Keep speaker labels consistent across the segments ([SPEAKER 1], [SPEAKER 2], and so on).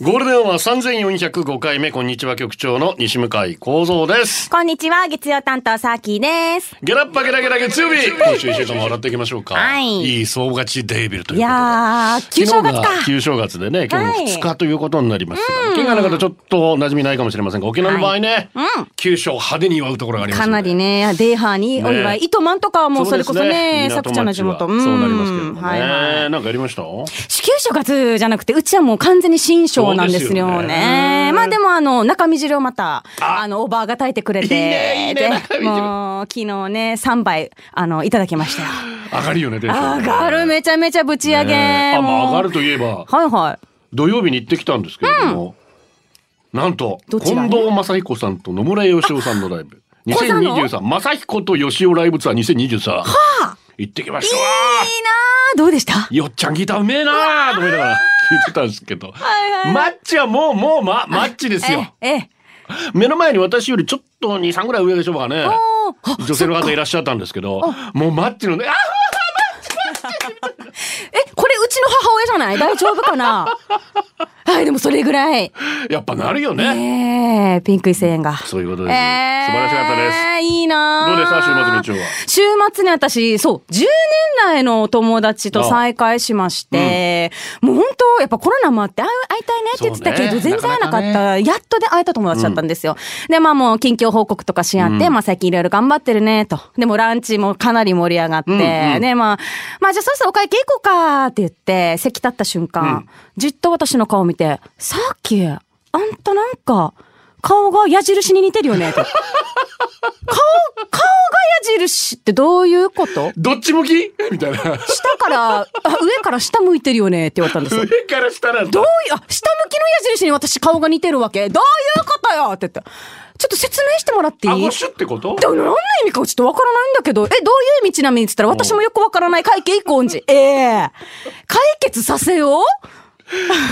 [SPEAKER 1] ゴールデンは三千四百五回目こんにちは局長の西向井光三です。
[SPEAKER 2] こんにちは、月曜担当、サーキーです。
[SPEAKER 1] ゲラッパゲラゲラ月曜日今週一週間も笑っていきましょうか。
[SPEAKER 2] はい
[SPEAKER 1] いい総勝ちデイビルということで。
[SPEAKER 2] いやー、旧正月
[SPEAKER 1] 昨日
[SPEAKER 2] か。
[SPEAKER 1] が旧正月でね、今日も2日ということになりますが、県外の方ちょっと馴染みないかもしれませんが、沖縄の場合ね、旧正を派手に祝うところがあります
[SPEAKER 2] か
[SPEAKER 1] の
[SPEAKER 2] な
[SPEAKER 1] で
[SPEAKER 2] りね、デーハーにお祝
[SPEAKER 1] ね
[SPEAKER 2] い。糸満とかはもうそれこそね、
[SPEAKER 1] う
[SPEAKER 2] さ
[SPEAKER 1] です
[SPEAKER 2] く、ちゃんの地元。
[SPEAKER 1] 港町はそうなりますけど
[SPEAKER 2] うん
[SPEAKER 1] ね。
[SPEAKER 2] はいはい。
[SPEAKER 1] なんかやりました
[SPEAKER 2] 旧正月じゃなくて、うちはもう完全に新正なんで
[SPEAKER 1] そ
[SPEAKER 2] す
[SPEAKER 1] う
[SPEAKER 2] よ
[SPEAKER 1] ですよ
[SPEAKER 2] ね。まあでもあの、中身汁をまた、あの、おばあが炊いてくれて、
[SPEAKER 1] いいねいいね
[SPEAKER 2] で
[SPEAKER 1] 中身汁
[SPEAKER 2] もう、昨日ね、3杯、あの、いただきましたよ。
[SPEAKER 1] 上がるよね、テンション
[SPEAKER 2] 上がる、めちゃめちゃぶち上げ。
[SPEAKER 1] ねあ、まあ
[SPEAKER 2] もう
[SPEAKER 1] 上がるといえば、
[SPEAKER 2] はいはい。
[SPEAKER 1] 土曜日に行ってきたんですけれども、なんと
[SPEAKER 2] どちら
[SPEAKER 1] 近
[SPEAKER 2] に
[SPEAKER 1] 藤真彦さんと野村義雄さんのライブ
[SPEAKER 2] 小山の
[SPEAKER 1] 2023正彦と義雄ライブツアー2023、行ってきましたわ
[SPEAKER 2] いいなーどうでした
[SPEAKER 1] よっちゃんギターうめえなーと思いながら聞いてたんですけど
[SPEAKER 2] いは
[SPEAKER 1] マッチはもうもうまマッチですよ
[SPEAKER 2] ええ、ええ。
[SPEAKER 1] 目の前に私よりちょっと23ぐらい上でしょうかね
[SPEAKER 2] おーあ
[SPEAKER 1] 女性の方いらっしゃったんですけどもうマッチのねあ
[SPEAKER 2] え、これうちの母親じゃない大丈夫かな はい、でもそれぐらい。
[SPEAKER 1] やっぱなるよね、
[SPEAKER 2] ええピンクい声援が。
[SPEAKER 1] そういうこと
[SPEAKER 2] え
[SPEAKER 1] です、
[SPEAKER 2] え
[SPEAKER 1] 素晴らしかったです
[SPEAKER 2] いいなー
[SPEAKER 1] どうでした週末の一応は
[SPEAKER 2] 週末に私、そう、10年来のお友達と再会しまして、もう本当、やっぱコロナもあって、会う会いたいねって言ってたけど、
[SPEAKER 1] そうね
[SPEAKER 2] 全然会えなかった
[SPEAKER 1] なかな
[SPEAKER 2] やっとで会えた友達だったんですよ。で、まあもう近況報告とかし合って、まあ最近いろいろ頑張ってるね、と。でもランチもかなり盛り上がって、ね、まあ、まあじゃあそろそろお会計行こうかって言って、席立った瞬間、じっと私の顔を見て、さっき、あんたなんか、顔が矢印に似てるよ ね、と。顔、顔が矢印ってどういうこと
[SPEAKER 1] どっち向きみたいな
[SPEAKER 2] 下から、あ上から下向いてるよねって言われたんですよ
[SPEAKER 1] 上。からしたら
[SPEAKER 2] どういう、あ、下向きの矢印に私顔が似てるわけどういうことよって言って。ちょっと説明してもらっていい
[SPEAKER 1] 顎シュってこと
[SPEAKER 2] でも何の意味かちょっとわからないんだけど、え、どういう意味ちなみにって言ったら、私もよくわからない会計以降んじ。ええ解決させよう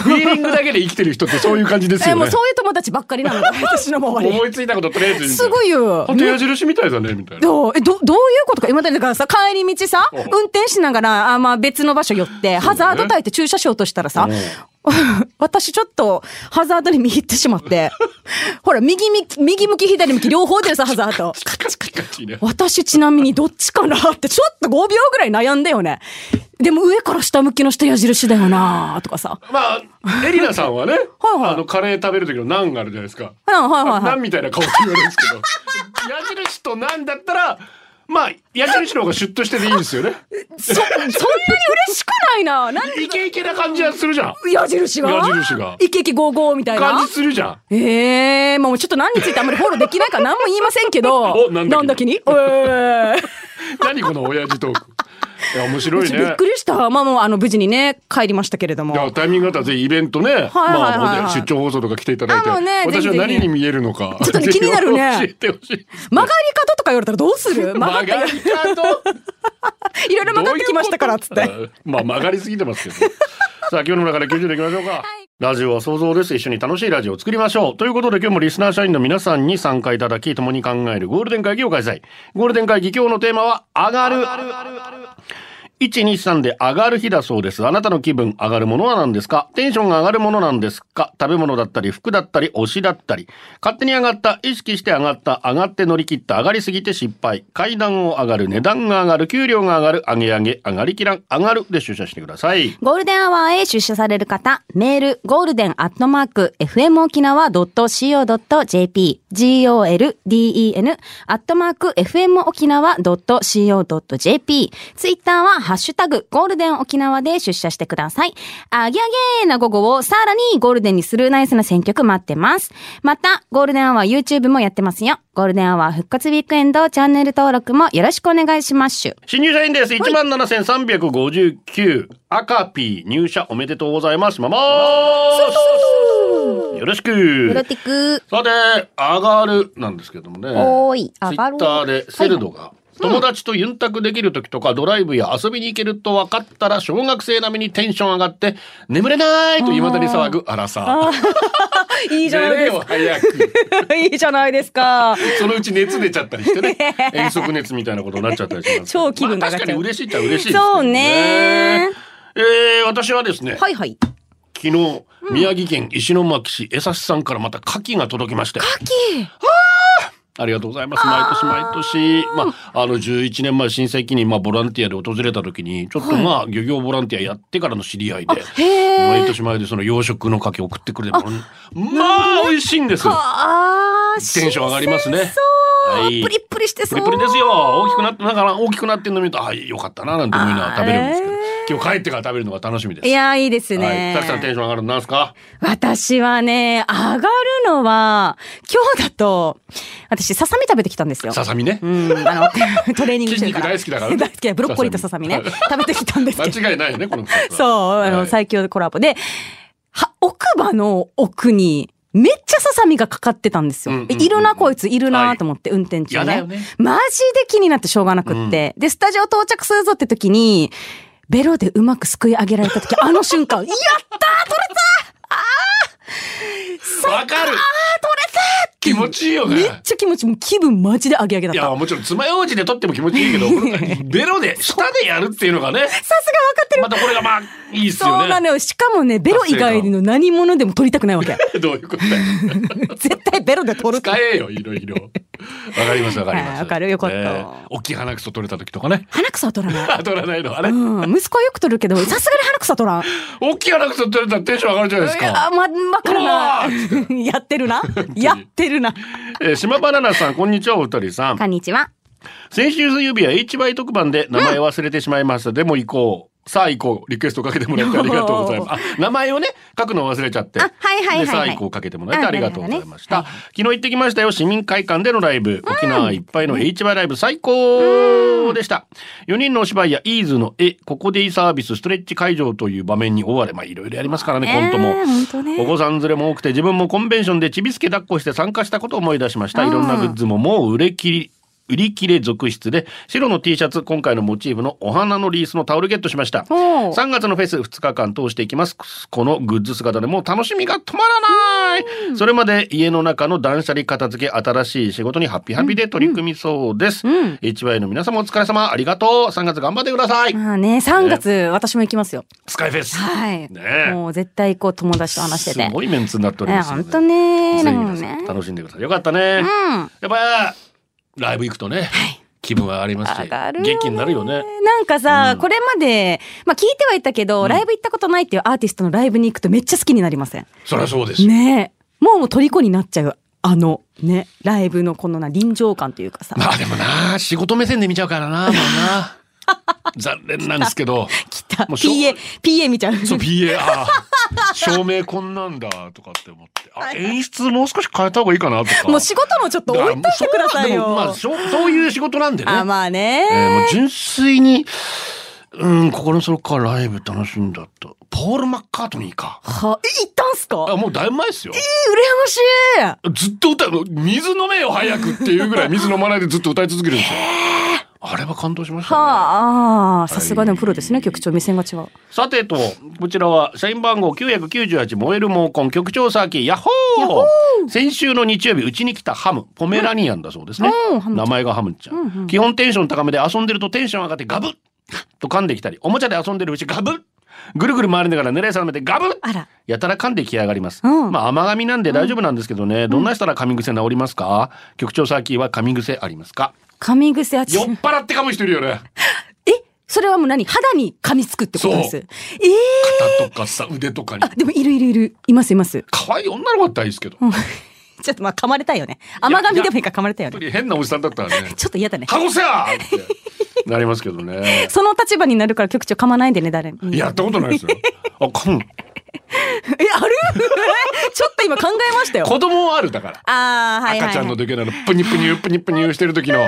[SPEAKER 1] フィーリングだけで生きてる人ってそういう感じです
[SPEAKER 2] え
[SPEAKER 1] よ
[SPEAKER 2] も
[SPEAKER 1] ね
[SPEAKER 2] う。そういう友達ばっかりなので、私の周 り。
[SPEAKER 1] 思いついたこととりあえず
[SPEAKER 2] すごいよ
[SPEAKER 1] 本当矢印みたいだねみたいな。
[SPEAKER 2] どうえどどういうことか今までだからさ帰り道さ
[SPEAKER 1] お
[SPEAKER 2] 運転しながらあ、まあ、別の場所寄ってハザード焚いて駐車しようとしたらさ、 私ちょっとハザードに見入ってしまって ほら右向き右向き左向き両方出るさハザード
[SPEAKER 1] カチカチカチね。
[SPEAKER 2] 私ちなみにどっちかなってちょっと5秒ぐらい悩んだよねでも上から下向きの下矢印だよなとかさ
[SPEAKER 1] まあエリナさんはね、
[SPEAKER 2] はいはい
[SPEAKER 1] あのカレー食べる時のナンがあるじゃないですか。
[SPEAKER 2] はいはいはい
[SPEAKER 1] ナ
[SPEAKER 2] は
[SPEAKER 1] ン
[SPEAKER 2] い
[SPEAKER 1] みたいな顔って言われるんですけど、矢印とナンだったら。まあ、矢印の方がシュッとしてていいんです よね。
[SPEAKER 2] そそんなに嬉しくないななん
[SPEAKER 1] イケイケな感じはする じゃん。
[SPEAKER 2] 矢印が
[SPEAKER 1] 矢印が
[SPEAKER 2] イケイケゴーゴーみたいな
[SPEAKER 1] 感じするじゃん。
[SPEAKER 2] ええもうちょっと何についてあんまりフォローできないから何も言いませんけど、
[SPEAKER 1] おなんだっけ
[SPEAKER 2] にええ
[SPEAKER 1] 何この親父トーク。いや、面白い
[SPEAKER 2] ちょっとび
[SPEAKER 1] ね
[SPEAKER 2] っく。りした。まあもうあの無事にね、帰りましたけれども。
[SPEAKER 1] いやタイミングがあったらぜひイベントね、
[SPEAKER 2] はいはい
[SPEAKER 1] まあ、出張放送とか来ていただいて、
[SPEAKER 2] あもうね
[SPEAKER 1] 私は
[SPEAKER 2] ぜひぜひ
[SPEAKER 1] 何に見えるのか
[SPEAKER 2] ちょっとね気になる
[SPEAKER 1] ぜ
[SPEAKER 2] ね
[SPEAKER 1] ひ教えてほしい
[SPEAKER 2] 曲がり角とか言われたらどうする曲が
[SPEAKER 1] 曲
[SPEAKER 2] っ
[SPEAKER 1] が
[SPEAKER 2] たよ
[SPEAKER 1] り角
[SPEAKER 2] いろいろ曲がってきましたからっつって。
[SPEAKER 1] まあ曲がりすぎてますけどさ あ今日の中で90でいきましょうか、ラジオは想像です一緒に楽しいラジオを作りましょうということで今日もリスナー社員の皆さんに参加いただき共に考えるゴールデン会議を開催ゴールデン会議今日のテーマは上がる123で上がる日だそうです。あなたの気分上がるものは何ですかテンションが上がるものなんですか食べ物だったり、服だったり、推しだったり。勝手に上がった、意識して上がった、上がって乗り切った、上がりすぎて失敗。階段を上がる、値段が上がる、給料が上がる、上げ上げ、上がりきらん、上がるで出社してください。
[SPEAKER 2] ゴールデンアワーへ出社される方、メール、ゴールデンアットマーク、fmokinawa.co.jp、golden アットマーク、fmokinawa.co.jp、ツイッターは、ハッシュタグ、ゴールデン沖縄で出社してください。あげあげーな午後をさらにゴールデンにするナイスな選曲待ってます。また、ゴールデンアワー YouTube もやってますよ。ゴールデンアワー復活ウィークエンドチャンネル登録もよろしくお願いしますしゅ。
[SPEAKER 1] 新入社員です。17359。赤ピー入社おめでとうございます。ママーす。いよろしく
[SPEAKER 3] よろ。しく。
[SPEAKER 1] さて、上がるなんですけどもね。
[SPEAKER 3] おーい、
[SPEAKER 1] ツイ
[SPEAKER 3] 上がろう。
[SPEAKER 1] ッターでセルドが、友達とユンタクできる時とかドライブや遊びに行けると分かったら小学生並みにテンション上がって眠れないと未だに騒ぐあらさ
[SPEAKER 2] いいじゃない
[SPEAKER 1] 寝れ
[SPEAKER 2] で
[SPEAKER 1] よ早く
[SPEAKER 2] すか。いいじゃないですか。
[SPEAKER 1] そのうち熱出ちゃったりして ね遠足熱みたいなことになっちゃったりしますけど
[SPEAKER 2] 超気分が上がっちゃう
[SPEAKER 1] まあ確かに嬉しいっちゃ嬉しいですけど
[SPEAKER 2] そうね。
[SPEAKER 1] えー私はですね、
[SPEAKER 2] はいはい。
[SPEAKER 1] 昨日宮城県石巻市江差さんからまた牡蠣が届きまして
[SPEAKER 2] き
[SPEAKER 1] ありがとうございます。毎年毎年、まあ、あの11年前新世紀に、まあ、ボランティアで訪れた時に、ちょっとまあ、漁業ボランティアやってからの知り合いで、
[SPEAKER 2] へえ。
[SPEAKER 1] 毎年毎年その養殖の牡蠣送ってくれて、まあ、美味しいんです。プ
[SPEAKER 2] ああ。
[SPEAKER 1] テンション上がりますね
[SPEAKER 2] 新鮮そう。
[SPEAKER 1] はい
[SPEAKER 2] プリップリしてそう。
[SPEAKER 1] リプリですよ。大きくなって、だから大きくなってるの見ると、ああ、よかったな、なんて思いながら食べるんですけど
[SPEAKER 2] あ、
[SPEAKER 1] 今日帰ってから食べるのが楽しみです。
[SPEAKER 2] いやーいいです
[SPEAKER 1] はい。
[SPEAKER 2] ね。
[SPEAKER 1] さきさんテンション上がるのなんですか
[SPEAKER 2] 私はね、上がるのは、今日だと、私、ささみ食べてきたんですよ。
[SPEAKER 1] ささみね
[SPEAKER 2] う。ん、あの、 トレーニングしてるか
[SPEAKER 1] 筋肉大
[SPEAKER 2] ら。
[SPEAKER 1] 好きだからね
[SPEAKER 2] 大好きだブロッコリーとささみね
[SPEAKER 1] ささ。
[SPEAKER 2] 食べてきたんですけど。
[SPEAKER 1] 間違いないよね、この二つは
[SPEAKER 2] そう、あ
[SPEAKER 1] は
[SPEAKER 2] の、
[SPEAKER 1] い
[SPEAKER 2] 最強コラボで、は、奥歯の奥に、めっちゃささみがかかってたんですよ。
[SPEAKER 1] うんうんうん
[SPEAKER 2] いるな、こいつ、いるなと思って、運転中
[SPEAKER 1] やだ
[SPEAKER 2] ね
[SPEAKER 1] よね
[SPEAKER 2] マジで気になってしょうがなくって。で、スタジオ到着するぞって時に、ベロでうまくすくい上げられた時、あの 瞬間、やった
[SPEAKER 1] わかる気持ちいいよね。
[SPEAKER 2] めっちゃ気持ち、もう気分マジで上げ上げだっ
[SPEAKER 1] い
[SPEAKER 2] た。
[SPEAKER 1] やもちろん爪楊枝で取っても気持ちい いけどこのベロで舌でやるっていうのがね
[SPEAKER 2] さすが分かってる、
[SPEAKER 1] またこれがまあいいっす
[SPEAKER 2] そう
[SPEAKER 1] よ
[SPEAKER 2] な
[SPEAKER 1] ね。
[SPEAKER 2] のよ。しかもね、ベロ以外の何者でも取りたくないわけ。
[SPEAKER 1] どういうことだよ。
[SPEAKER 2] 絶対ベロで取るって
[SPEAKER 1] 使。えよいろいろ。わかりますわかりま
[SPEAKER 2] は
[SPEAKER 1] す。
[SPEAKER 2] いわかるよかった
[SPEAKER 1] ね大きい鼻くそ取れた時とかね。
[SPEAKER 2] 鼻くそは取らない。
[SPEAKER 1] あ取らないのあれ、
[SPEAKER 2] うん、息子はよく取るけど、さすがに鼻くそは取らん。
[SPEAKER 1] 大きい鼻くそ取れたらテンション上がるじゃないです
[SPEAKER 2] いや
[SPEAKER 1] か。
[SPEAKER 2] ま、わからない。 やってるな。やってるな。
[SPEAKER 1] えー、島バナナさんこんにちはお二人さん。
[SPEAKER 2] こんにちは。
[SPEAKER 1] 先週水曜日は H バイ特番で名前忘れてしまいました。でも行こう。さあ行こう。リクエストかけてもらってありがとうござい ます。あ名前をね、書くのを忘れちゃって。
[SPEAKER 2] あはいはいはいはい
[SPEAKER 1] で、さあ行こうかけてもらってありがとうございました。
[SPEAKER 2] あなる
[SPEAKER 1] 昨日行ってきましたよ。市民会館でのライブ。沖縄いっぱいの H バイライブ最高でした。4人のお芝居やイーズの絵、ここでいいサービス、ストレッチ会場という場面に追われ、まあいろいろやりますからね、コントも。
[SPEAKER 2] えー本当ね
[SPEAKER 1] お子さん連れも多くて自分もコンベンションでちびすけ抱っこして参加したことを思い出しましたいろんなグッズももう売れ切り売り切れ続出で白の T シャツ今回のモチーフのお花のリースのタオルゲットしました
[SPEAKER 2] おー
[SPEAKER 1] 3月のフェス2日間通していきますこのグッズ姿でもう楽しみが止まらないそれまで家の中の断捨離片付け新しい仕事にハッピーハッピーで取り組みそうです、HY の皆様お疲れ様ありがとう3月頑張ってください、
[SPEAKER 2] まあね、3月、私も行きますよ。
[SPEAKER 1] スカイフェス
[SPEAKER 2] はい。
[SPEAKER 1] ねえ
[SPEAKER 2] もう絶対行こう、友達と話してて。
[SPEAKER 1] すごいメンツになっており
[SPEAKER 2] ね、
[SPEAKER 1] ますよ
[SPEAKER 2] 本当ね。
[SPEAKER 1] ぜ
[SPEAKER 2] な
[SPEAKER 1] ひ
[SPEAKER 2] んか
[SPEAKER 1] 皆さ
[SPEAKER 2] ね
[SPEAKER 1] ん。楽しんでください。よかったね。
[SPEAKER 2] うん。
[SPEAKER 1] やっぱライブ行くとね、気分は上がります
[SPEAKER 2] 上
[SPEAKER 1] し、
[SPEAKER 2] がるよね
[SPEAKER 1] 元気になるよね。
[SPEAKER 2] なんかさ、これまで、まあ聞いてはいたけど、ライブ行ったことないっていうアーティストのライブに行くとめっちゃ好きになりません
[SPEAKER 1] そりゃそうですよ。
[SPEAKER 2] ねえ。もうもう虜になっちゃう。あの、ね、ライブのこのな、臨場感というかさ。
[SPEAKER 1] まあでもな、仕事目線で見ちゃうからな、もう な。残念なんですけど、
[SPEAKER 2] 来た。
[SPEAKER 1] もうしょ
[SPEAKER 2] PA、PA 見ちゃう。
[SPEAKER 1] そう PA、あ照明こんなんだとかって思って、あ演出もう少し変えた方がいいかなとか。
[SPEAKER 2] もう仕事もちょっと置いといてください
[SPEAKER 1] でも
[SPEAKER 2] よ。
[SPEAKER 1] まあ、そうそういう仕事なんでね。
[SPEAKER 2] あ、まあ
[SPEAKER 1] えーもう
[SPEAKER 2] ね。
[SPEAKER 1] 純粋に、うん、心の底からライブ楽しんだと。ポール・マッカートニーか。
[SPEAKER 2] は、え、行ったんすかえ
[SPEAKER 1] あ、もうだいぶ前ですよ。
[SPEAKER 2] ー、羨ましい
[SPEAKER 1] ずっと歌うの水飲めよ早くっていうぐ らい水飲まないでずっと歌い続けるんですよ。あれは感動しましたね。
[SPEAKER 2] はあ、さすがでも
[SPEAKER 1] はい
[SPEAKER 2] プロですね、局長。目線が違う。
[SPEAKER 1] さてと、こちらは社員番号998燃える毛根局長サーキー、ヤッホー先週の日曜日、うちに来たハム、ポメラニアンだそうですね。
[SPEAKER 2] うんハムちゃん
[SPEAKER 1] 名前がハムちゃん,、基本テンション高めで遊んでるとテンション上がってガブッと噛んできたり、おもちゃで遊んでるうちガブッぐるぐる回りながら狙い定めてガブッ
[SPEAKER 2] あら。
[SPEAKER 1] やたら噛んできやがります。
[SPEAKER 2] うん
[SPEAKER 1] まあ甘噛みなんで大丈夫なんですけどね、どんな人なら噛み癖治りますか、局長サーキーは噛み癖ありますか
[SPEAKER 2] 噛み癖あち
[SPEAKER 1] 酔っ。払って噛む人いるよね。
[SPEAKER 2] え、それはもう何肌に噛みつくってことです。
[SPEAKER 1] そ
[SPEAKER 2] え
[SPEAKER 1] う
[SPEAKER 2] え
[SPEAKER 1] 肩とかさ、腕とかに
[SPEAKER 2] あ、。でもいるいるいる。いますいます。
[SPEAKER 1] 可愛い女の子だったらいいですけど。やっ
[SPEAKER 2] ちょっとまあ噛まれたいよね。甘噛みでもいいから噛まれたいよ
[SPEAKER 1] ぱ
[SPEAKER 2] ね。、
[SPEAKER 1] り変なおじさんだったらね
[SPEAKER 2] ちょっと嫌だね。
[SPEAKER 1] かごせやってなりますけどね。
[SPEAKER 2] その立場になるから局長噛まないでね、誰も。うん
[SPEAKER 1] やったことないですよ。あ、噛む。
[SPEAKER 2] え、ある ちょっと今考えましたよ。
[SPEAKER 1] 子供はあるだから。
[SPEAKER 2] ああ、はいはい、はい。
[SPEAKER 1] 赤ちゃんの時のあのプニプニプニプニしてる時の。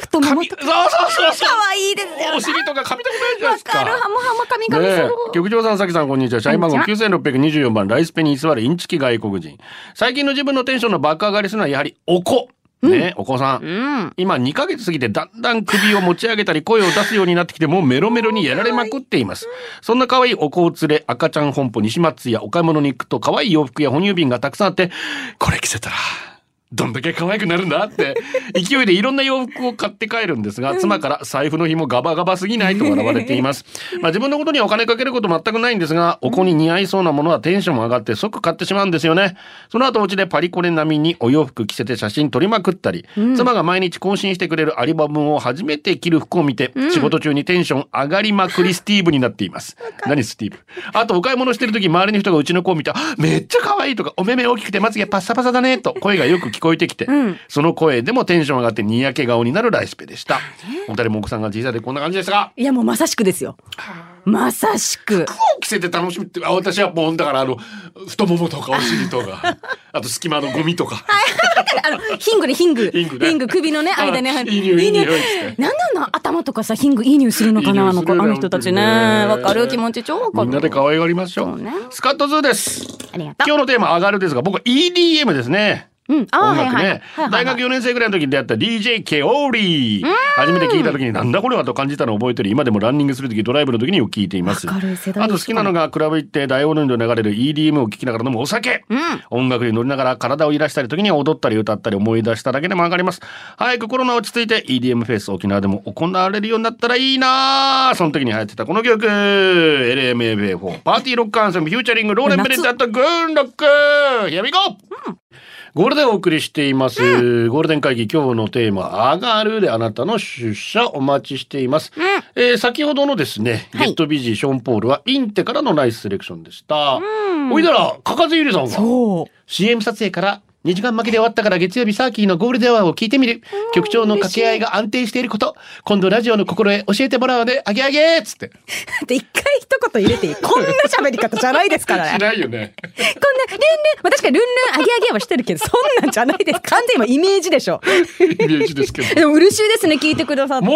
[SPEAKER 2] 太もも
[SPEAKER 1] 髪、そ
[SPEAKER 2] と
[SPEAKER 1] うそうそうそう。
[SPEAKER 2] 可愛いですよね
[SPEAKER 1] お尻とか髪とかないじゃない
[SPEAKER 2] わ
[SPEAKER 1] ですか。
[SPEAKER 2] かるはもはもかみかみ
[SPEAKER 1] ね
[SPEAKER 2] そ
[SPEAKER 1] え
[SPEAKER 2] う、
[SPEAKER 1] 局長さん、さきさん、こんにちは。社員番号
[SPEAKER 2] こん
[SPEAKER 1] 9624番、ライスペに居座るインチキ外国人。最近の自分のテンションの爆上がりするのは、やはり、おこ。ねえ、お子さん。
[SPEAKER 2] うん
[SPEAKER 1] 今、2ヶ月過ぎて、だんだん首を持ち上げたり、声を出すようになってきて、もうメロメロにやられまくっています。そんな可愛いお子を連れ、赤ちゃん本舗、西松屋、お買い物に行くと、可愛い洋服や哺乳瓶がたくさんあって、これ着せたら。どんだけ可愛くなるんだって勢いでいろんな洋服を買って帰るんですが妻から財布の紐ガバガバすぎないと笑われていますまあ自分のことにはお金かけること全くないんですがお子に似合いそうなものはテンション上がって即買ってしまうんですよねその後お家でパリコレ並みにお洋服着せて写真撮りまくったり、妻が毎日更新してくれるアリバムを初めて着る服を見て、仕事中にテンション上がりまくりスティーブになっています何スティーブあとお買い物してる時周りの人がうちの子を見てあ「めっちゃ可愛いとか「お目目大きくてまつげパッサパサだね」と声がよく聞こえてきて、
[SPEAKER 2] ん
[SPEAKER 1] その声でもテンション上がってにやけ顔になるライスペでしたお二人もお子さんが小さいでこんな感じですが
[SPEAKER 2] いやもうまさしくですよまさしく
[SPEAKER 1] 服を着せて楽しむってあ私はもうだからあの太ももとかお尻と かあと隙間のゴミとか
[SPEAKER 2] あのヒングにヒング
[SPEAKER 1] ヒングね
[SPEAKER 2] 首のね
[SPEAKER 1] あ
[SPEAKER 2] 間ね
[SPEAKER 1] いい匂いいい匂い
[SPEAKER 2] なんであんな頭とかさヒングいい匂いするのか
[SPEAKER 1] いい匂
[SPEAKER 2] ないあの子
[SPEAKER 1] する
[SPEAKER 2] あ
[SPEAKER 1] ね
[SPEAKER 2] の人たちね
[SPEAKER 1] 本当にね
[SPEAKER 2] わかる気持ち超わか
[SPEAKER 1] み
[SPEAKER 2] る
[SPEAKER 1] んなで可愛がりましょ
[SPEAKER 2] そううね
[SPEAKER 1] スカットズーです
[SPEAKER 2] ありがと
[SPEAKER 1] 今日のテーマ上がるですが僕は EDM ですね
[SPEAKER 2] ううんあー
[SPEAKER 1] 音
[SPEAKER 2] はい
[SPEAKER 1] 楽
[SPEAKER 2] はい
[SPEAKER 1] ね、
[SPEAKER 2] はいはいはい
[SPEAKER 1] 大学4年生ぐらいの時に出会った DJ ケオーリー初めて聞いた時になんだこれはと感じたのを覚えてる今でもランニングする時ドライブの時によく聞いています
[SPEAKER 2] わかる世代一緒だ
[SPEAKER 1] あと好きなのがクラブ行って大音量で流れる EDM を聴きながら飲むお酒、音楽に乗りながら体を揺らしたり時には踊ったり歌ったり思い出しただけでも上がります早くコロナ落ち着いて EDM フェス沖縄でも行われるようになったらいいなあその時に流行ってたこの曲 LMFA4 パーティーロックアンセムフューチャリングローレン・ベレッタとグーンロック Here we go! ゴールデンをお送りしています、ゴールデン会議今日のテーマ「上がる」であなたの出社お待ちしています、えー先ほどのですね、
[SPEAKER 2] はい
[SPEAKER 1] ゲットビジーショーン・ポールはインテからのナイスセレクションでした、おいだらかかずゆりさんは
[SPEAKER 2] そう
[SPEAKER 1] CM 撮影から2時間負けで終わったから月曜日サーキーのゴールデンアワーを聞いてみる局長の掛け合いが安定していること今度ラジオの心得教えてもらうのであげあげっつって
[SPEAKER 2] で一回一言入れていいこんな喋り方じゃないですからね
[SPEAKER 1] ないよね
[SPEAKER 2] こんなルンルンまあ確かにルンルンあげあげはしてるけどそんなんじゃないです完全に今イメージでしょ
[SPEAKER 1] イメージ ですけ
[SPEAKER 2] でも嬉しいですね聞いてくださって
[SPEAKER 1] も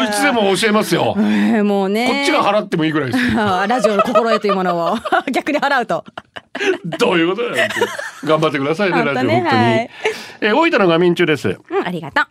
[SPEAKER 1] ういつでも教えますよ、
[SPEAKER 2] えーもうね
[SPEAKER 1] こっちが払ってもいいぐらいですよ
[SPEAKER 2] あーラジオの心得というものを 逆に払うと
[SPEAKER 1] どういうことだよ。頑張ってくださいね、
[SPEAKER 2] 本
[SPEAKER 1] ラ
[SPEAKER 2] 当
[SPEAKER 1] ジオ、
[SPEAKER 2] ね
[SPEAKER 1] 本当に。
[SPEAKER 2] はい
[SPEAKER 1] えー大分の画面中です。
[SPEAKER 2] うんありがとう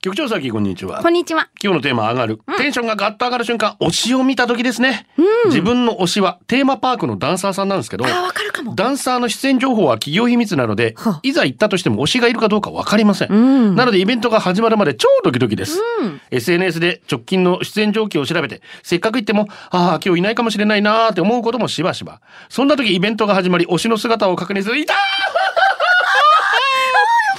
[SPEAKER 1] 局長さき、こんにちは
[SPEAKER 2] こん。にちは
[SPEAKER 1] 今日のテーマ上がる、テンションがガッと上がる瞬間、推しを見た時ですね。自分の推しはテーマパークのダンサーさんなんですけど、
[SPEAKER 2] あわかるかも
[SPEAKER 1] ダンサーの出演情報は企業秘密なので
[SPEAKER 2] はあ、
[SPEAKER 1] いざ行ったとしても推しがいるかどうかわかりません。
[SPEAKER 2] ん
[SPEAKER 1] なのでイベントが始まるまで超ドキドキです。SNS で直近の出演状況を調べて、せっかく行っても、ああ、今日いないかもしれないなーって思うこともしばしば。そんな時イベントが始まり、推しの姿を確認する、いたー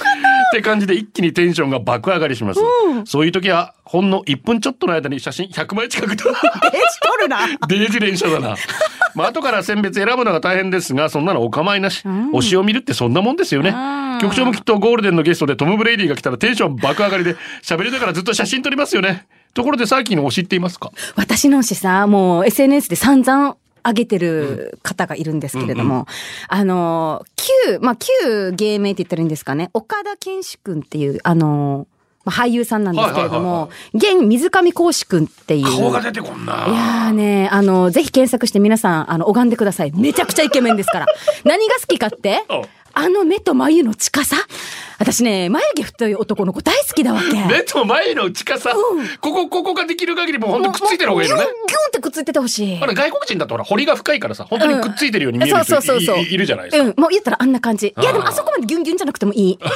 [SPEAKER 1] って感じで一気にテンションが爆上がりします。そういう時は、ほんの1分ちょっとの間に写真100枚近く撮る。
[SPEAKER 2] えしとるな
[SPEAKER 1] デージ連射だな。まあ後から選別選ぶのが大変ですが、そんなのお構いなし。推しを見るってそんなもんですよね
[SPEAKER 2] ん。
[SPEAKER 1] 局長もきっとゴールデンのゲストでトム・ブレイディが来たらテンション爆上がりで、喋りながらずっと写真撮りますよね。ところでサーキーの推しっていますか
[SPEAKER 2] 私のしさ、もう SNS で散々上げてる方がいるんですけれども、あの、旧、まあ、旧芸名って言ったらいいんですかね、岡田健志くんっていう、あの、まあ、俳優さんなんですけれども、現水上講師くんっていう。
[SPEAKER 1] 顔が出てこん
[SPEAKER 2] い
[SPEAKER 1] な。
[SPEAKER 2] やーね、あの、ぜひ検索して皆さん、あの、拝んでください。めちゃくちゃイケメンです から。何が好きかって
[SPEAKER 1] お
[SPEAKER 2] あの目と眉の近さ私ね、眉毛太い男の子大好きだわけ。
[SPEAKER 1] 目と前の近さ、ここ、ここができる限りもうほんとくっついてる方がいいのね
[SPEAKER 2] もう。もうギュンギュンってくっついててほしい。
[SPEAKER 1] あれ外国人だとほら、彫りが深いからさ、本当にくっついてるように見える人
[SPEAKER 2] そうそうそうそう
[SPEAKER 1] いいいるじゃないですか。
[SPEAKER 2] うん、もう言ったらあんな感じ。いや、でもあそこまでギュンギュンじゃなくてもいい。ちょっ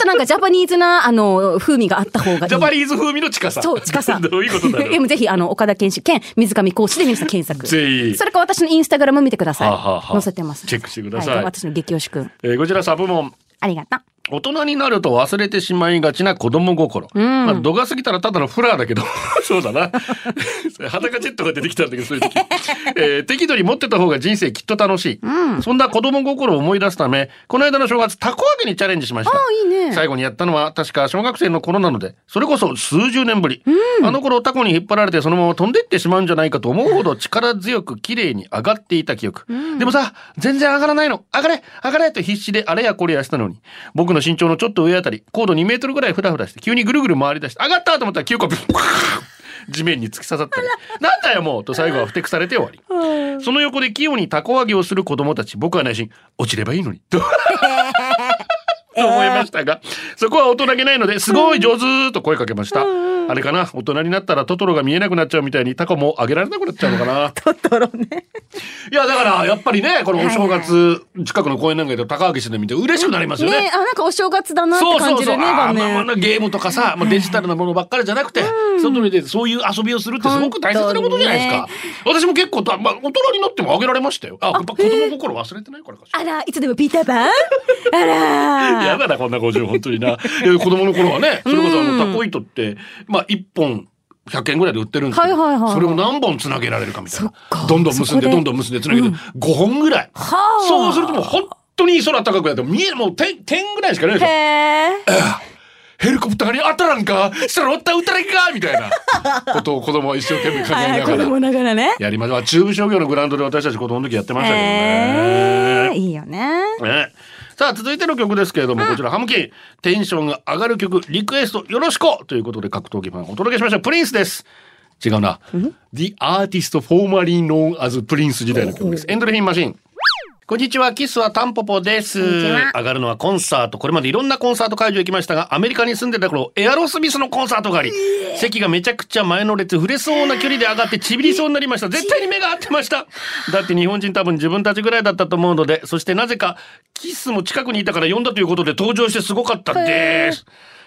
[SPEAKER 2] となんかジャパニーズな、あの、風味があった方がいい。
[SPEAKER 1] ジャパニーズ風味の近さ。
[SPEAKER 2] そう、近 さ。
[SPEAKER 1] どういうことだろ
[SPEAKER 2] いや
[SPEAKER 1] う
[SPEAKER 2] も。うぜひ、あの、岡田健志、兼水上講師で皆さん検索。
[SPEAKER 1] ぜひ
[SPEAKER 2] それか私のインスタグラム見てください。
[SPEAKER 1] はあはあはあ
[SPEAKER 2] 載せてます。
[SPEAKER 1] チェックしてください
[SPEAKER 2] は私の激推しくん。
[SPEAKER 1] えーこちらサブモン。
[SPEAKER 2] ありがとう。
[SPEAKER 1] 大人になると忘れてしまいがちな子供心。まあ、度が過ぎたらただのフラーだけど、 そうだな。裸ジェットが出てきたんだけど、そういう時。えー適度に持ってた方が人生きっと楽しい。そんな子供心を思い出すため、この間の正月、たこ揚げにチャレンジしました。
[SPEAKER 2] いいね
[SPEAKER 1] 最後にやったのは、確か小学生の頃なので、それこそ数十年ぶり。あの頃、タコに引っ張られてそのまま飛んでいってしまうんじゃないかと思うほど力強く綺麗に上がっていた記憶。でもさ、全然上がらないの。上がれ上がれと必死であれやこれやしたのに。僕のの身長のちょっと上あたり、高度2メートルぐらいふらふらして、急にぐるぐる回り出して、上がったと思ったら9個、ブッ 地面に突き刺さったり、なんだよもうと最後はふてくされて終わり。その横で器用に凧揚げをする子供たち、僕は内心、落ちればいいのに、と。と思いましたが、そこは大人げないので、すごい上手と声かけました。あれかな、大人になったらトトロが見えなくなっちゃうみたいに、タコもあげられなくなっちゃうのかな。トトロね。いや、だから、やっぱりね、このお正月、近くの公園なんかで高揚げしてるの見て嬉しくなりますよね。
[SPEAKER 2] ねあなんかお正月だなっ
[SPEAKER 1] そ
[SPEAKER 2] て
[SPEAKER 1] うそ
[SPEAKER 2] 感
[SPEAKER 1] う
[SPEAKER 2] じ
[SPEAKER 1] そう、
[SPEAKER 2] るね
[SPEAKER 1] あー
[SPEAKER 2] 場
[SPEAKER 1] まあま
[SPEAKER 2] 面
[SPEAKER 1] あデームとかさ、まあ、デジタルなものばっかりじゃなくて、外に出てそういう遊びをするってすごく大切なことじゃないですか。私も結構た、まあ、大人になってもあげられましたよ。あ、やっぱ子供心忘れてないからかしら。
[SPEAKER 2] あらいつでもピーターパンあ
[SPEAKER 1] やだ
[SPEAKER 2] ら
[SPEAKER 1] な、こんな50、本当にな。い や子供の頃はね、それこそあの、タコ糸って、まあ、1本、100円ぐらいで売ってるんですけど、
[SPEAKER 2] はいはいはい
[SPEAKER 1] それを何本つなげられるかみたい
[SPEAKER 2] そっ
[SPEAKER 1] な。
[SPEAKER 2] か
[SPEAKER 1] どんどん結ん
[SPEAKER 2] そこ
[SPEAKER 1] で、
[SPEAKER 2] で
[SPEAKER 1] どんどん結んでつなげて、5本ぐらい。
[SPEAKER 2] はあ
[SPEAKER 1] そうするともう本当に空高くなって、見え、もう点、点ぐらいしかないでしょ
[SPEAKER 2] へ。え
[SPEAKER 1] ヘリコプターに当たらんかしたらおったら撃たれんかみたい なことを子供は一生懸命考
[SPEAKER 2] は
[SPEAKER 1] え
[SPEAKER 2] い
[SPEAKER 1] なが
[SPEAKER 2] 子
[SPEAKER 1] ら
[SPEAKER 2] 供ながらね
[SPEAKER 1] やりました。中部商業のグラウンドで私たち子供の時やってましたけど
[SPEAKER 2] えー
[SPEAKER 1] ね。
[SPEAKER 2] いいよね
[SPEAKER 1] ねさあ続いての曲ですけれども、こちらハムキンテンションが上がる曲リクエストよろしくということで格闘技ファンお届けしましたプリンスです違うな The Artist Formerly Known as プリンス時代の曲ですエンドルフィンマシンこんにちは、キスはタンポポです。上がるのはコンサート。これまでいろんなコンサート会場行きましたが、アメリカに住んでた頃、エアロスミスのコンサートがあり、席がめちゃくちゃ前の列、触れそうな距離で上がってちびりそうになりました。絶対に目が合ってました。だって日本人多分自分たちぐらいだったと思うので、そしてなぜか、キスも近くにいたから呼んだということで登場してすごかったです。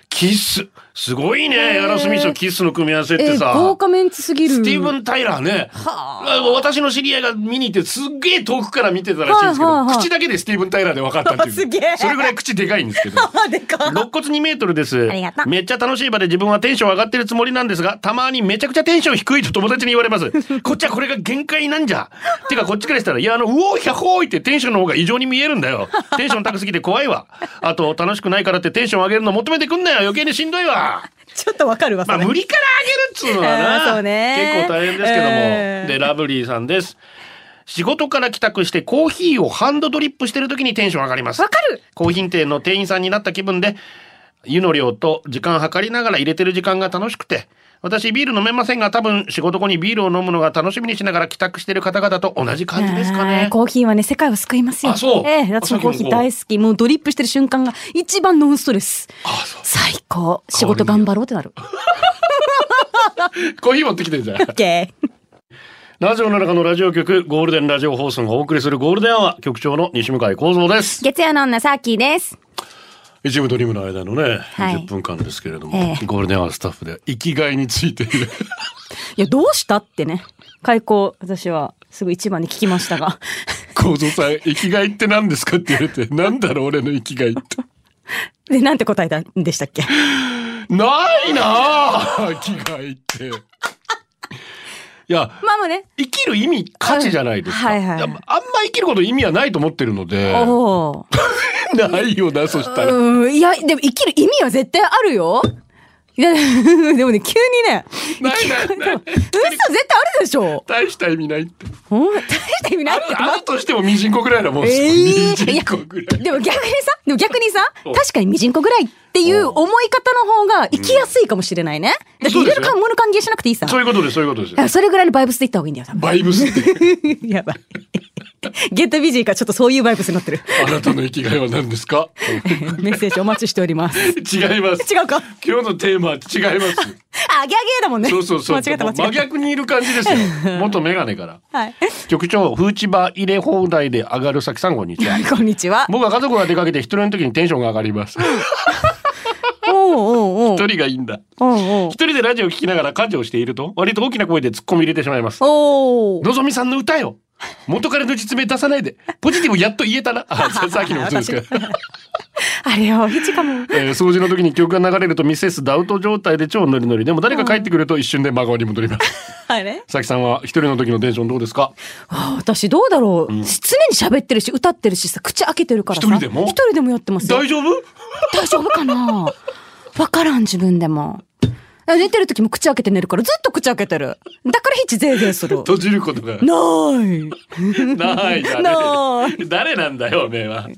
[SPEAKER 1] キス。すごいね、エアロスミスとキスの組み合わせっ
[SPEAKER 2] え
[SPEAKER 1] てさ。
[SPEAKER 2] ー豪華メンツすぎる
[SPEAKER 1] スティーブン・タイラーね、私の知り合いが見に行ってすっげえ遠くから見てたらしいんですけど、
[SPEAKER 2] はいはいはい
[SPEAKER 1] 口だけでスティーブン・タイラーで分かったっていう
[SPEAKER 2] すげえ
[SPEAKER 1] それぐらい口でかいんです けど
[SPEAKER 2] でかっ
[SPEAKER 1] 肋骨2メートルです
[SPEAKER 2] ありがとう
[SPEAKER 1] めっちゃ楽しい場で自分はテンション上がってるつもりなんですがたまにめちゃくちゃテンション低いと友達に言われます こっちはこれが限界なんじゃてかこっちからしたらいやあのうおーひゃほーいってテンションの方が異常に見えるんだよテンション高すぎて怖いわあと楽しくないからってテンション上げるの求めてくんなよ余計にしんどいわ
[SPEAKER 2] ちょっとわかるわ
[SPEAKER 1] まあ無理からあげるっつうのは
[SPEAKER 2] あ
[SPEAKER 1] な
[SPEAKER 2] ー そうね
[SPEAKER 1] 結構大変ですけども、
[SPEAKER 2] えー
[SPEAKER 1] でラブリーさんです仕事から帰宅してコーヒーをハンドドリップしてる時にテンション上がります
[SPEAKER 2] わかる
[SPEAKER 1] コーヒー店の店員さんになった気分で湯の量と時間計りながら入れてる時間が楽しくて私ビール飲めませんが多分仕事後にビールを飲むのが楽しみにしながら帰宅してる方々と同じ感じですか
[SPEAKER 2] あ
[SPEAKER 1] ね
[SPEAKER 2] ーコーヒーはね、世界を救いますよ。
[SPEAKER 1] あそう
[SPEAKER 2] ええ、私もコーヒー大好き。もうドリップしてる瞬間が一番ノンストレス。
[SPEAKER 1] あそう
[SPEAKER 2] 最高。仕事頑張ろうってなる。
[SPEAKER 1] コーヒー持ってきてるじゃん
[SPEAKER 2] オッケー。
[SPEAKER 1] ラジオの中のラジオ局ゴールデンラジオ放送がお送りするゴールデンアワー局長の西向井光三です
[SPEAKER 2] 月曜の女、サーキーです。
[SPEAKER 1] 一部ドリームの間のね、
[SPEAKER 2] はい
[SPEAKER 1] 10分間ですけれども、
[SPEAKER 2] ええ
[SPEAKER 1] ゴールデンアワースタッフで生きがいについて
[SPEAKER 2] いや、どうしたってね。開口、私はすぐ一番に聞きましたが。
[SPEAKER 1] 構造さん生きがいって何ですかって言われてなんだろう俺の生きがいって
[SPEAKER 2] で、なんて答えたんでしたっけ
[SPEAKER 1] ないなあ生きがいっていや
[SPEAKER 2] まあまあね。
[SPEAKER 1] 生きる意味価値じゃないですか、
[SPEAKER 2] はいはいはい
[SPEAKER 1] やっぱあんま生きること意味はないと思ってるので
[SPEAKER 2] おお。
[SPEAKER 1] ないよなそしたら
[SPEAKER 2] うん、いや、でも生きる意味は絶対あるよ。いや、 でもね、急にね、
[SPEAKER 1] ないないない
[SPEAKER 2] 嘘絶対あるでしょ。
[SPEAKER 1] 大した意味ないって
[SPEAKER 2] ほん大した意味ないって
[SPEAKER 1] あるとしてもミジンコぐらいなもんですよ、
[SPEAKER 2] ええ
[SPEAKER 1] ミジンコぐらい
[SPEAKER 2] でも逆にさ、でも逆にさ、
[SPEAKER 1] うん
[SPEAKER 2] 確かにミジンコぐらいっていう思い方の方が生きやすいかもしれないね。だって
[SPEAKER 1] そう
[SPEAKER 2] 入
[SPEAKER 1] で
[SPEAKER 2] れ
[SPEAKER 1] すよ
[SPEAKER 2] るかもの関係しなくていいさ。
[SPEAKER 1] そういうことですそういうことです
[SPEAKER 2] あそれぐらいのバイブスでいった方がいいんだよ、多
[SPEAKER 1] バイブスって
[SPEAKER 2] 分。 やばい。ゲットビジーがちょっとそういうバイブスに なってる。
[SPEAKER 1] あなたの生きがいは何です か
[SPEAKER 2] メッセージお待ちしております。違
[SPEAKER 1] 違います。
[SPEAKER 2] うか。あ、
[SPEAKER 1] 今日のテーマは違います。
[SPEAKER 2] アゲアゲだもんね。
[SPEAKER 1] そうそうそう。
[SPEAKER 2] 間違った間
[SPEAKER 1] もう真
[SPEAKER 2] 違っ
[SPEAKER 1] 逆にいる感じですよ。 元メガネから。
[SPEAKER 2] た。はい。
[SPEAKER 1] 局長、フーチバー入れ放題で上がる先さんこんにちは。
[SPEAKER 2] こんにちは。
[SPEAKER 1] 僕は家族が出かけて一人の時にテンションが上がり ます。
[SPEAKER 2] おうおうおう。
[SPEAKER 1] 一人がいいんだ。
[SPEAKER 2] おうおう
[SPEAKER 1] 一人でラジオ聞きながら家事をしていると、割と大きな声で突っ込み入れてしまいます。
[SPEAKER 2] おう
[SPEAKER 1] のぞみさんの歌よ。元彼の実名出さないで。ポジティブやっと言えた な。あ、ささっきのことですか。
[SPEAKER 2] あれよ、ひち かも。
[SPEAKER 1] えー掃除の時に曲が流れるとミセスダウト状態で超ノリノリでも誰か帰ってくると一瞬で真顔に戻ります
[SPEAKER 2] あれ
[SPEAKER 1] さきさんは一人の時のテンションどうですか
[SPEAKER 2] あ私どうだろう、常に喋ってるし歌ってるしさ口開けてるからさ
[SPEAKER 1] 一人でも
[SPEAKER 2] 一人でもやってますよ
[SPEAKER 1] 大丈夫
[SPEAKER 2] 大丈夫か なわからん自分でもあ寝てる時も口開けて寝るからずっと口開けてるだからヒッチゼーゼーする
[SPEAKER 1] 閉じること が
[SPEAKER 2] ない
[SPEAKER 1] ないじゃね
[SPEAKER 2] な
[SPEAKER 1] 誰なんだよおめえは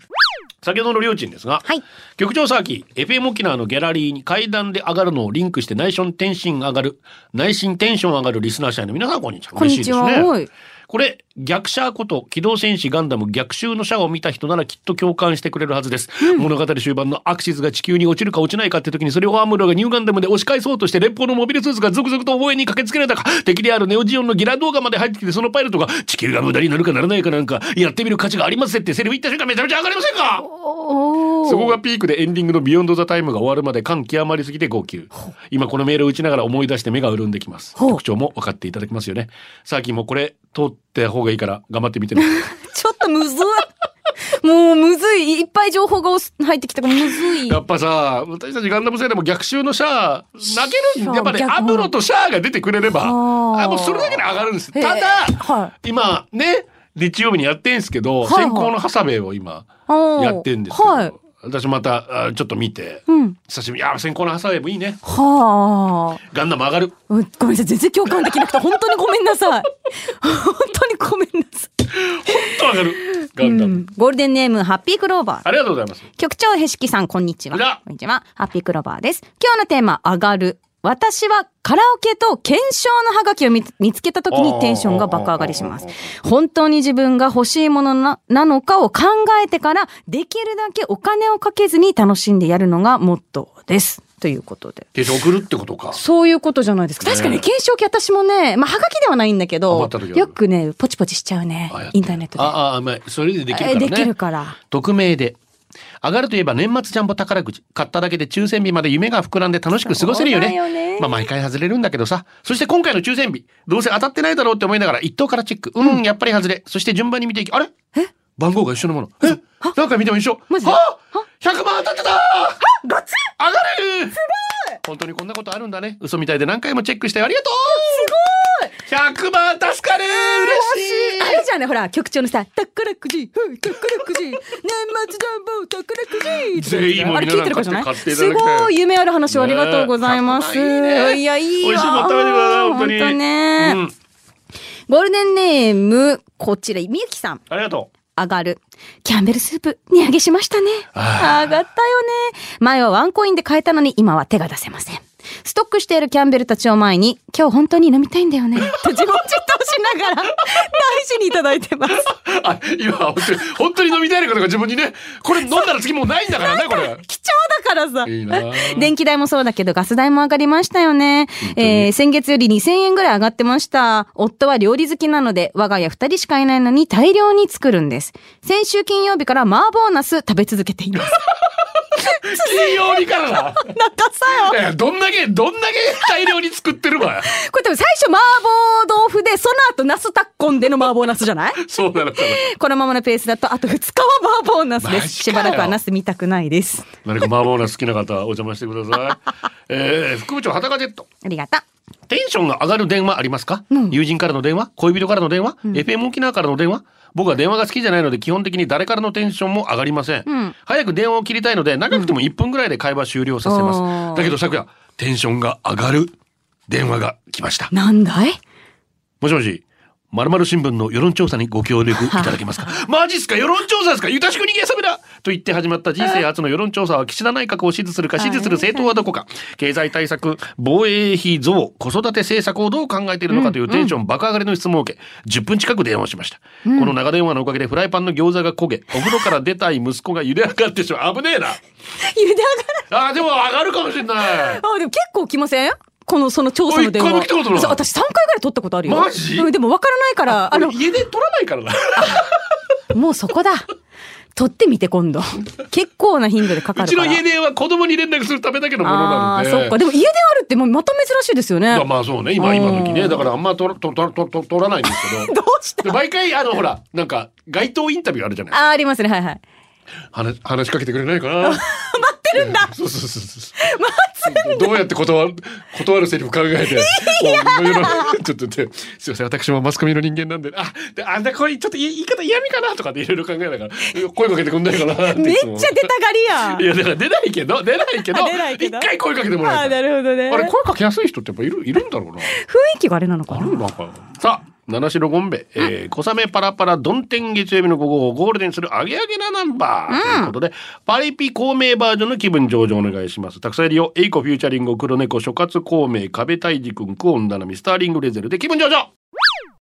[SPEAKER 1] 先ほどのりょうちんですが、
[SPEAKER 2] はい
[SPEAKER 1] 局長サーキー FM 沖縄のギャラリーに階段で上がるのをリンクして内心テンション上がる内心テンション上がるリスナー社員の皆さんこんにちは
[SPEAKER 2] こんに
[SPEAKER 1] 嬉しい
[SPEAKER 2] ち
[SPEAKER 1] です
[SPEAKER 2] は
[SPEAKER 1] ね
[SPEAKER 2] おい
[SPEAKER 1] これ逆シャーこと機動戦士ガンダム逆襲のシャアを見た人ならきっと共感してくれるはずです、物語終盤のアクシスが地球に落ちるか落ちないかって時にそれをアムロがニューガンダムで押し返そうとして連邦のモビルスーツが続々と応援に駆けつけられたか敵であるネオジオンのギラ動画まで入ってきてそのパイロットが地球が無駄になるかならないかなんかやってみる価値がありますぜってセリフ言った瞬間めちゃめちゃ上がりませんか
[SPEAKER 2] おー
[SPEAKER 1] そこがピークでエンディングの「ビヨンド・ザ・タイム」が終わるまで感極まりすぎて号泣今このメールを打ちながら思い出して目が潤んできます
[SPEAKER 2] ほう
[SPEAKER 1] 特徴も分かっていただきますよねさあキーもこれ通った方がいいから頑張ってみてね
[SPEAKER 2] ちょっとむずい。もうむずい。いっぱい情報がおす入ってきたからむずい。
[SPEAKER 1] やっぱさ私たちガンダム世代も逆襲のシャア泣ける
[SPEAKER 2] そ
[SPEAKER 1] ん
[SPEAKER 2] う
[SPEAKER 1] やっぱね
[SPEAKER 2] 逆
[SPEAKER 1] アムロとシャアが出てくれればあ
[SPEAKER 2] はあ
[SPEAKER 1] もうそれだけで上がるんですた
[SPEAKER 2] へえ
[SPEAKER 1] だ、
[SPEAKER 2] は
[SPEAKER 1] 今ね日曜日にやってんすけど、
[SPEAKER 2] はいはい
[SPEAKER 1] 先行のハサベを今
[SPEAKER 2] おー
[SPEAKER 1] やってんですけど、
[SPEAKER 2] はい。
[SPEAKER 1] 私またあちょっと見て、
[SPEAKER 2] うん。
[SPEAKER 1] 久しぶりいや先行のハサベもいいね
[SPEAKER 2] はあ。
[SPEAKER 1] ガンダム上がる
[SPEAKER 2] うんごめんなさい。全然共感できなくて、本当にごめんなさい。本当にごめんなさい。
[SPEAKER 1] と上がるガンダム、
[SPEAKER 2] うんゴールデンネーム、ハッピークローバー。
[SPEAKER 1] ありがとうございます
[SPEAKER 2] 局長、へしきさん、こんにちは。
[SPEAKER 1] 裏
[SPEAKER 2] こんにちは。ハッピークローバーです。今日のテーマ、上がる。私はカラオケと検証のハガキを見つ見つけた時にテンションが爆上がりします。本当に自分が欲しいものななのかを考えてから、できるだけお金をかけずに楽しんでやるのがモットーです。ということで。
[SPEAKER 1] 化粧送るってことか
[SPEAKER 2] そういうことじゃないですか。
[SPEAKER 1] ねえ
[SPEAKER 2] 確かに検証機私もね、まあ、ハガキではないんだけ
[SPEAKER 1] 余
[SPEAKER 2] ど
[SPEAKER 1] った時あ、る
[SPEAKER 2] よくね、ポチポチしちゃうね
[SPEAKER 1] あやっ。て
[SPEAKER 2] インターネットで。
[SPEAKER 1] ああまあそれでできるから
[SPEAKER 2] え
[SPEAKER 1] ね
[SPEAKER 2] できるから。
[SPEAKER 1] 匿名で上がるといえば年末ジャンボ宝くじ買っただけで抽選日まで夢が膨らんで楽しく過ごせるよね
[SPEAKER 2] そうだよね
[SPEAKER 1] まあ毎回外れるんだけどさそして今回の抽選日どうせ当たってないだろうって思いながら一等からチェックうん、やっぱり外れそして順番に見ていきあれ番号が一緒のものえ何回見ても一緒
[SPEAKER 2] マジで
[SPEAKER 1] はあ100万当たってた上がるすごい本当にこんなことあるんだね嘘みたいで何回もチェックしてありがとうすごい100万助かる嬉しい
[SPEAKER 2] あれじゃんね、ほら、局長のさ、宝くじ、ふう宝くじ、年末ジャンボ、宝くじ。
[SPEAKER 1] 全員も
[SPEAKER 2] あれ
[SPEAKER 1] 皆さん
[SPEAKER 2] 聞いてるかじゃない
[SPEAKER 1] 買って買ってい
[SPEAKER 2] す
[SPEAKER 1] ただきたい
[SPEAKER 2] ごい夢ある話をありがとうございます。
[SPEAKER 1] ねえ
[SPEAKER 2] いや、いいよ。
[SPEAKER 1] 美味しいもん食べてください本当に
[SPEAKER 2] 本当ね、
[SPEAKER 1] うん
[SPEAKER 2] ゴールデンネーム、こちら、みゆきさん。
[SPEAKER 1] ありがとう
[SPEAKER 2] 上がる。キャンベルスープ、値上げしましたね。
[SPEAKER 1] あ
[SPEAKER 2] 上がったよね。前はワンコインで買えたのに、今は手が出せません。ストックしているキャンベルたちを前に、今日本当に飲みたいんだよね。と自問自答しながら、大事にいただいてます。
[SPEAKER 1] あ、今、本当に、本当に飲みたいのかとか自分にね、これ飲んだら次もうないんだからね、これ。
[SPEAKER 2] 貴重だからさ。
[SPEAKER 1] いいなあ
[SPEAKER 2] 電気代もそうだけど、ガス代も上がりましたよね。えー、先月より2000円ぐらい上がってました。夫は料理好きなので、我が家2人しかいないのに大量に作るんです。先週金曜日から麻婆ナス食べ続けています。
[SPEAKER 1] 金曜日からだ。
[SPEAKER 2] なんかさよ。
[SPEAKER 1] いやどんだけ、どんだけ大量に作ってるわ。
[SPEAKER 2] これ多分最初麻婆豆腐で、その後ナスタッコンでの麻婆ナスじゃない
[SPEAKER 1] そうなのか
[SPEAKER 2] このままのペースだと、あと2日は麻婆ナスで
[SPEAKER 1] マ
[SPEAKER 2] す。
[SPEAKER 1] ジか
[SPEAKER 2] し
[SPEAKER 1] よ
[SPEAKER 2] ばらくはナス見たくないです。
[SPEAKER 1] な。何か麻婆ナス好きな方、お邪魔してください。えー、副部長、裸ジェット。
[SPEAKER 2] ありがとう。
[SPEAKER 1] テンションが上がる電話ありますか、友人からの電話恋人からの電話、FM 沖縄からの電話僕は電話が好きじゃないので基本的に誰からのテンションも上がりません、
[SPEAKER 2] ん
[SPEAKER 1] 早く電話を切りたいので長くても1分ぐらいで会話終了させます、
[SPEAKER 2] おー
[SPEAKER 1] だけど昨夜テンションが上がる電話が来ました
[SPEAKER 2] なんだい
[SPEAKER 1] もしもしまるまる新聞の世論調査にご協力いただけ ますかマジっすか世論調査ですかゆたしく逃げさめだと言って始まった人生初の世論調査は岸田内閣を支持するか支持する政党はどこか経済対策防衛費増子育て政策をどう考えているのかというテンション爆上がりの質問を受け10分近く電話をしました、この長電話のおかげでフライパンの餃子が焦げお風呂から出たい息子が茹で上がってしまう危ねえな
[SPEAKER 2] 茹で上がら
[SPEAKER 1] あーでも上がるかもしれない
[SPEAKER 2] あ、でも結構来ませんこの、その調査の電
[SPEAKER 1] 俺一回も来たこ
[SPEAKER 2] 話。
[SPEAKER 1] とない
[SPEAKER 2] そう私3回ぐらい取ったことあるよ。
[SPEAKER 1] マジ
[SPEAKER 2] うんでも分からないから、あの
[SPEAKER 1] 俺、家で取らないからな
[SPEAKER 2] もうそこだ。取ってみて今度。結構な頻度でかか
[SPEAKER 1] う
[SPEAKER 2] る
[SPEAKER 1] ち
[SPEAKER 2] か
[SPEAKER 1] の
[SPEAKER 2] ら。
[SPEAKER 1] 家電は子供に連絡するためだけのもの
[SPEAKER 2] あ
[SPEAKER 1] な
[SPEAKER 2] あ
[SPEAKER 1] んで
[SPEAKER 2] ー、そっか。でも家であるってもうまた珍しいですよね。
[SPEAKER 1] まあまあそうね今
[SPEAKER 2] うん
[SPEAKER 1] 今時ねだからあんま取ら取ら取ら取らないんですけ
[SPEAKER 2] ど
[SPEAKER 1] ど
[SPEAKER 2] うした
[SPEAKER 1] で毎回あのほらなんか街頭インタビューあるじゃない
[SPEAKER 2] あー、ありますね。はいはい。
[SPEAKER 1] 話話しかけてくれないかな 待ってるんだ そうそうそうそうどうやって断る断るセリフ考えておいろいろちょっと待ってすいません私もマスコミの人間なんであであんなこれちょっと言い言い方嫌味かなとかっていろいろ考えながら声かけてくんないかなって
[SPEAKER 2] め
[SPEAKER 1] い
[SPEAKER 2] っ
[SPEAKER 1] つ
[SPEAKER 2] ちゃ
[SPEAKER 1] も
[SPEAKER 2] 出たがり
[SPEAKER 1] い
[SPEAKER 2] やん。
[SPEAKER 1] やだから出ないけど出ないけど
[SPEAKER 2] 出ないけど
[SPEAKER 1] 一回声かけてもら
[SPEAKER 2] あ
[SPEAKER 1] え
[SPEAKER 2] ー、
[SPEAKER 1] た
[SPEAKER 2] なるほどね。
[SPEAKER 1] あれ声かけやすい人ってやっぱいるいるんだろうな
[SPEAKER 2] 雰囲気があれなのか
[SPEAKER 1] あ
[SPEAKER 2] な
[SPEAKER 1] るなんかさあ七白ゴンベ、えー小雨パラパラどん天月曜日の午後をゴールデンするアゲアゲなナンバー、ということでパリピ孔明バージョンの気分上々お願いしますたくさんいるよエイコフューチャリング黒猫諸葛孔明壁退治君クオンダナミスターリングレゼルで気分上々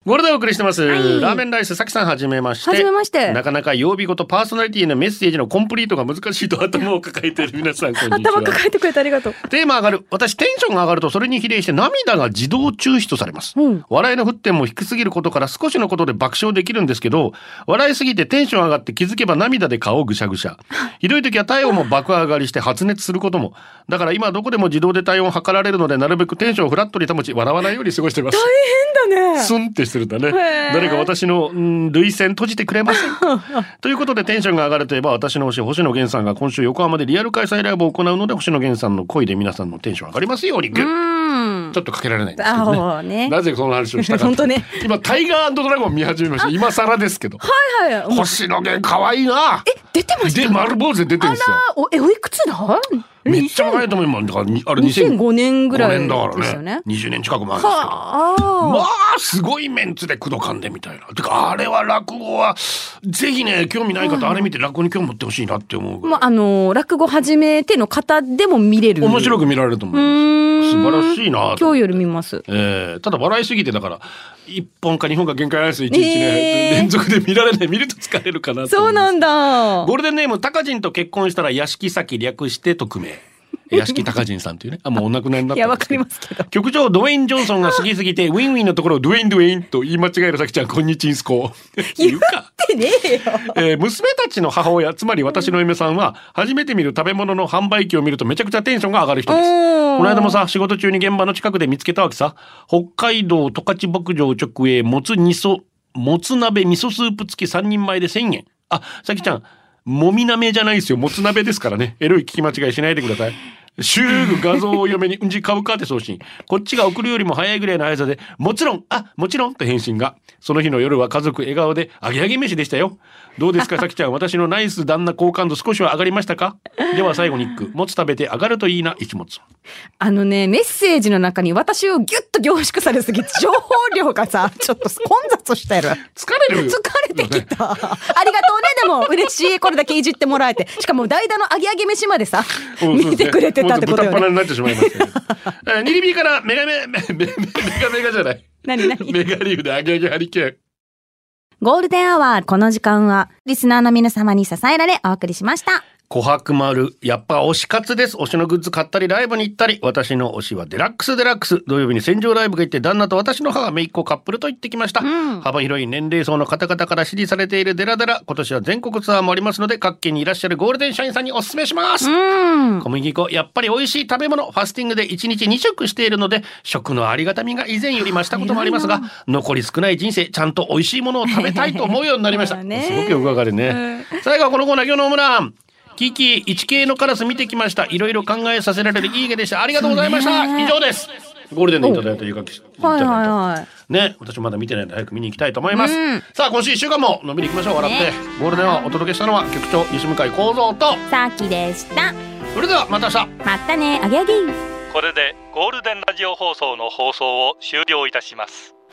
[SPEAKER 1] ゴールデンお送りしてます、ラーメンライスさきさんはじめまして
[SPEAKER 2] はじめまして
[SPEAKER 1] なかなか曜日ごとパーソナリティのメッセージのコンプリートが難しいと頭を抱えている皆さんこんにちは
[SPEAKER 2] 頭抱えてくれてありがとう。
[SPEAKER 1] テーマ上がる。私テンションが上がるとそれに比例して涙が自動抽出されます。
[SPEAKER 2] うん
[SPEAKER 1] 笑いの沸点も低すぎることから少しのことで爆笑できるんですけど、笑いすぎてテンション上がって気づけば涙で顔ぐしゃぐしゃ。ひどい時は体温も爆上がりして発熱することも。だから今どこでも自動で体温を測られるので、なるべくテンションをフラットに保ち、笑わないように過ごしてます。
[SPEAKER 2] 変だね。
[SPEAKER 1] スンってしてるんだね。
[SPEAKER 2] へー
[SPEAKER 1] 誰か私の、うん、涙腺閉じてくれませんかということでテンションが上がるといえば私の推し、星野源さんが今週横浜でリアル開催ライブを行うので、星野源さんの恋で皆さんのテンション上がりますように、ぐっ
[SPEAKER 2] うん
[SPEAKER 1] ちょ。っとかけられないんですけ
[SPEAKER 2] あ
[SPEAKER 1] どね。
[SPEAKER 2] あ、ね。
[SPEAKER 1] なぜその話をしたかった
[SPEAKER 2] 本当ね
[SPEAKER 1] 今、タイガードラゴン見始めました。今更ですけど。
[SPEAKER 2] はいはい。もう
[SPEAKER 1] 星野源可愛いな
[SPEAKER 2] え、出てました
[SPEAKER 1] で、丸坊主で出てるん
[SPEAKER 2] あら
[SPEAKER 1] ですよ。、
[SPEAKER 2] お、え、おいくつだ
[SPEAKER 1] めっちゃ若いと思います。だからにあれ2005
[SPEAKER 2] 2005年ぐらい
[SPEAKER 1] 年だから
[SPEAKER 2] ですよ
[SPEAKER 1] ね
[SPEAKER 2] ね。。
[SPEAKER 1] 20年近く前ですよ。
[SPEAKER 2] は
[SPEAKER 1] ま
[SPEAKER 2] あ。
[SPEAKER 1] あすごいメンツで工藤勘でみたいな。てかあれは落語はぜひね興味ない方あれ見て落語に興味持ってほしいなって思うぐらい
[SPEAKER 2] まあ、あの、落語始めての方でも見れる。
[SPEAKER 1] 面白
[SPEAKER 2] く。
[SPEAKER 1] く見られると思
[SPEAKER 2] う
[SPEAKER 1] います。素
[SPEAKER 2] ーん。
[SPEAKER 1] 晴らしいなと
[SPEAKER 2] 今日より見ます。
[SPEAKER 1] えーただ笑いすぎてだから1本か2本か限界アイス1日ね、
[SPEAKER 2] えー
[SPEAKER 1] 連続で見られない見ると疲れるかなと
[SPEAKER 2] そ
[SPEAKER 1] 思
[SPEAKER 2] うなんだ。
[SPEAKER 1] ゴールデンネーム、タカジンと結婚したら、屋敷先略して匿 名。屋敷タカジンさんというね。あ、もうお亡くなりになったんですけど。
[SPEAKER 2] いやわかりますけど
[SPEAKER 1] 局長、ドウェイン・ジョンソンが過ぎすぎて、ウィンウィンのところをドウェイン・ドウェインと言い間違えるさきちゃん、こんにちんすこ。
[SPEAKER 2] 言ってねえよ。
[SPEAKER 1] えー娘たちの母親、つまり私の嫁さんは、初めて見る食べ物の販売機を見るとめちゃくちゃテンションが上がる人です。
[SPEAKER 2] うん
[SPEAKER 1] この間もさ、仕事中に現場の近くで見つけたわけさ。北海道十勝牧場直営、もつ味噌、もつ鍋味噌スープ付き3人前で1000円。あ、さきちゃん、もみ鍋じゃないですよ。もつ鍋ですからね。エロい聞き間違いしないでください。シューグ画像を嫁に、うんじ買うかって送信。こっちが送るよりも早いぐらいの速さで、もちろん、あ、もちろんと返信が。その日の夜は家族笑顔で、あげあげ飯でしたよ。どうです か、さきちゃん。私のナイス旦那好感度少しは上がりましたかでは最後に一句。もつ食べて上がるといいな、一物。
[SPEAKER 2] あのね、メッセージの中に私をギュッと凝縮され すぎて、情報量がさ、ちょっと混雑してる。
[SPEAKER 1] 疲れるよ
[SPEAKER 2] 疲れてきた。ありがとうね、でも嬉しい。これだけいじってもらえて。しかも代打の揚げ揚げ飯までさ、
[SPEAKER 1] うんそうですね
[SPEAKER 2] 見てくれてたってこと
[SPEAKER 1] もう豚っ鼻
[SPEAKER 2] よ
[SPEAKER 1] に
[SPEAKER 2] ね。
[SPEAKER 1] なってしまいましたけどえーニリビーからメガメ、メメメガメガじゃない。
[SPEAKER 2] 何何
[SPEAKER 1] メガリフでアゲアゲハリケーン。
[SPEAKER 2] ゴールデンアワー、この時間は、リスナーの皆様に支えられお送りしました。
[SPEAKER 1] 琥珀丸、やっぱ推し活です。推しのグッズ買ったり、ライブに行ったり、私の推しはデラックスデラックス。土曜日に戦場ライブが行って、旦那と私の母、めいっ子カップルと行ってきました。幅広い年齢層の方々から支持されているデラデラ。今年は全国ツアーもありますので、各県にいらっしゃるゴールデン社員さんにお勧めします。小麦粉、やっぱり美味しい食べ物。ファスティングで1日2食しているので、食のありがたみが以前より増したこともありますが、残り少ない人生、ちゃんと美味しいものを食べたいと思うようになり ました。
[SPEAKER 2] そうだね
[SPEAKER 1] すごくよくわかるね。最後はこのコーナー、今日のオムラン。キキ、一系のカラス見てきました。いろいろ考えさせられるいい毛でした。ありがとうございました。以上です。ゴールデンでいただいたゆかき。
[SPEAKER 2] はい
[SPEAKER 1] ただた
[SPEAKER 2] はいはい。
[SPEAKER 1] ね、私まだ見てないので早く見に行きたいと思います。さあ、今週一週間ものんびり行きましょう。笑って。ゴールデンをお届けしたのは、局長、西向井幸三と、
[SPEAKER 2] さきでした。
[SPEAKER 1] それではまた明日。
[SPEAKER 2] またね、揚げ揚げ。
[SPEAKER 4] これでゴールデンラジオ放送の放送を終了いたします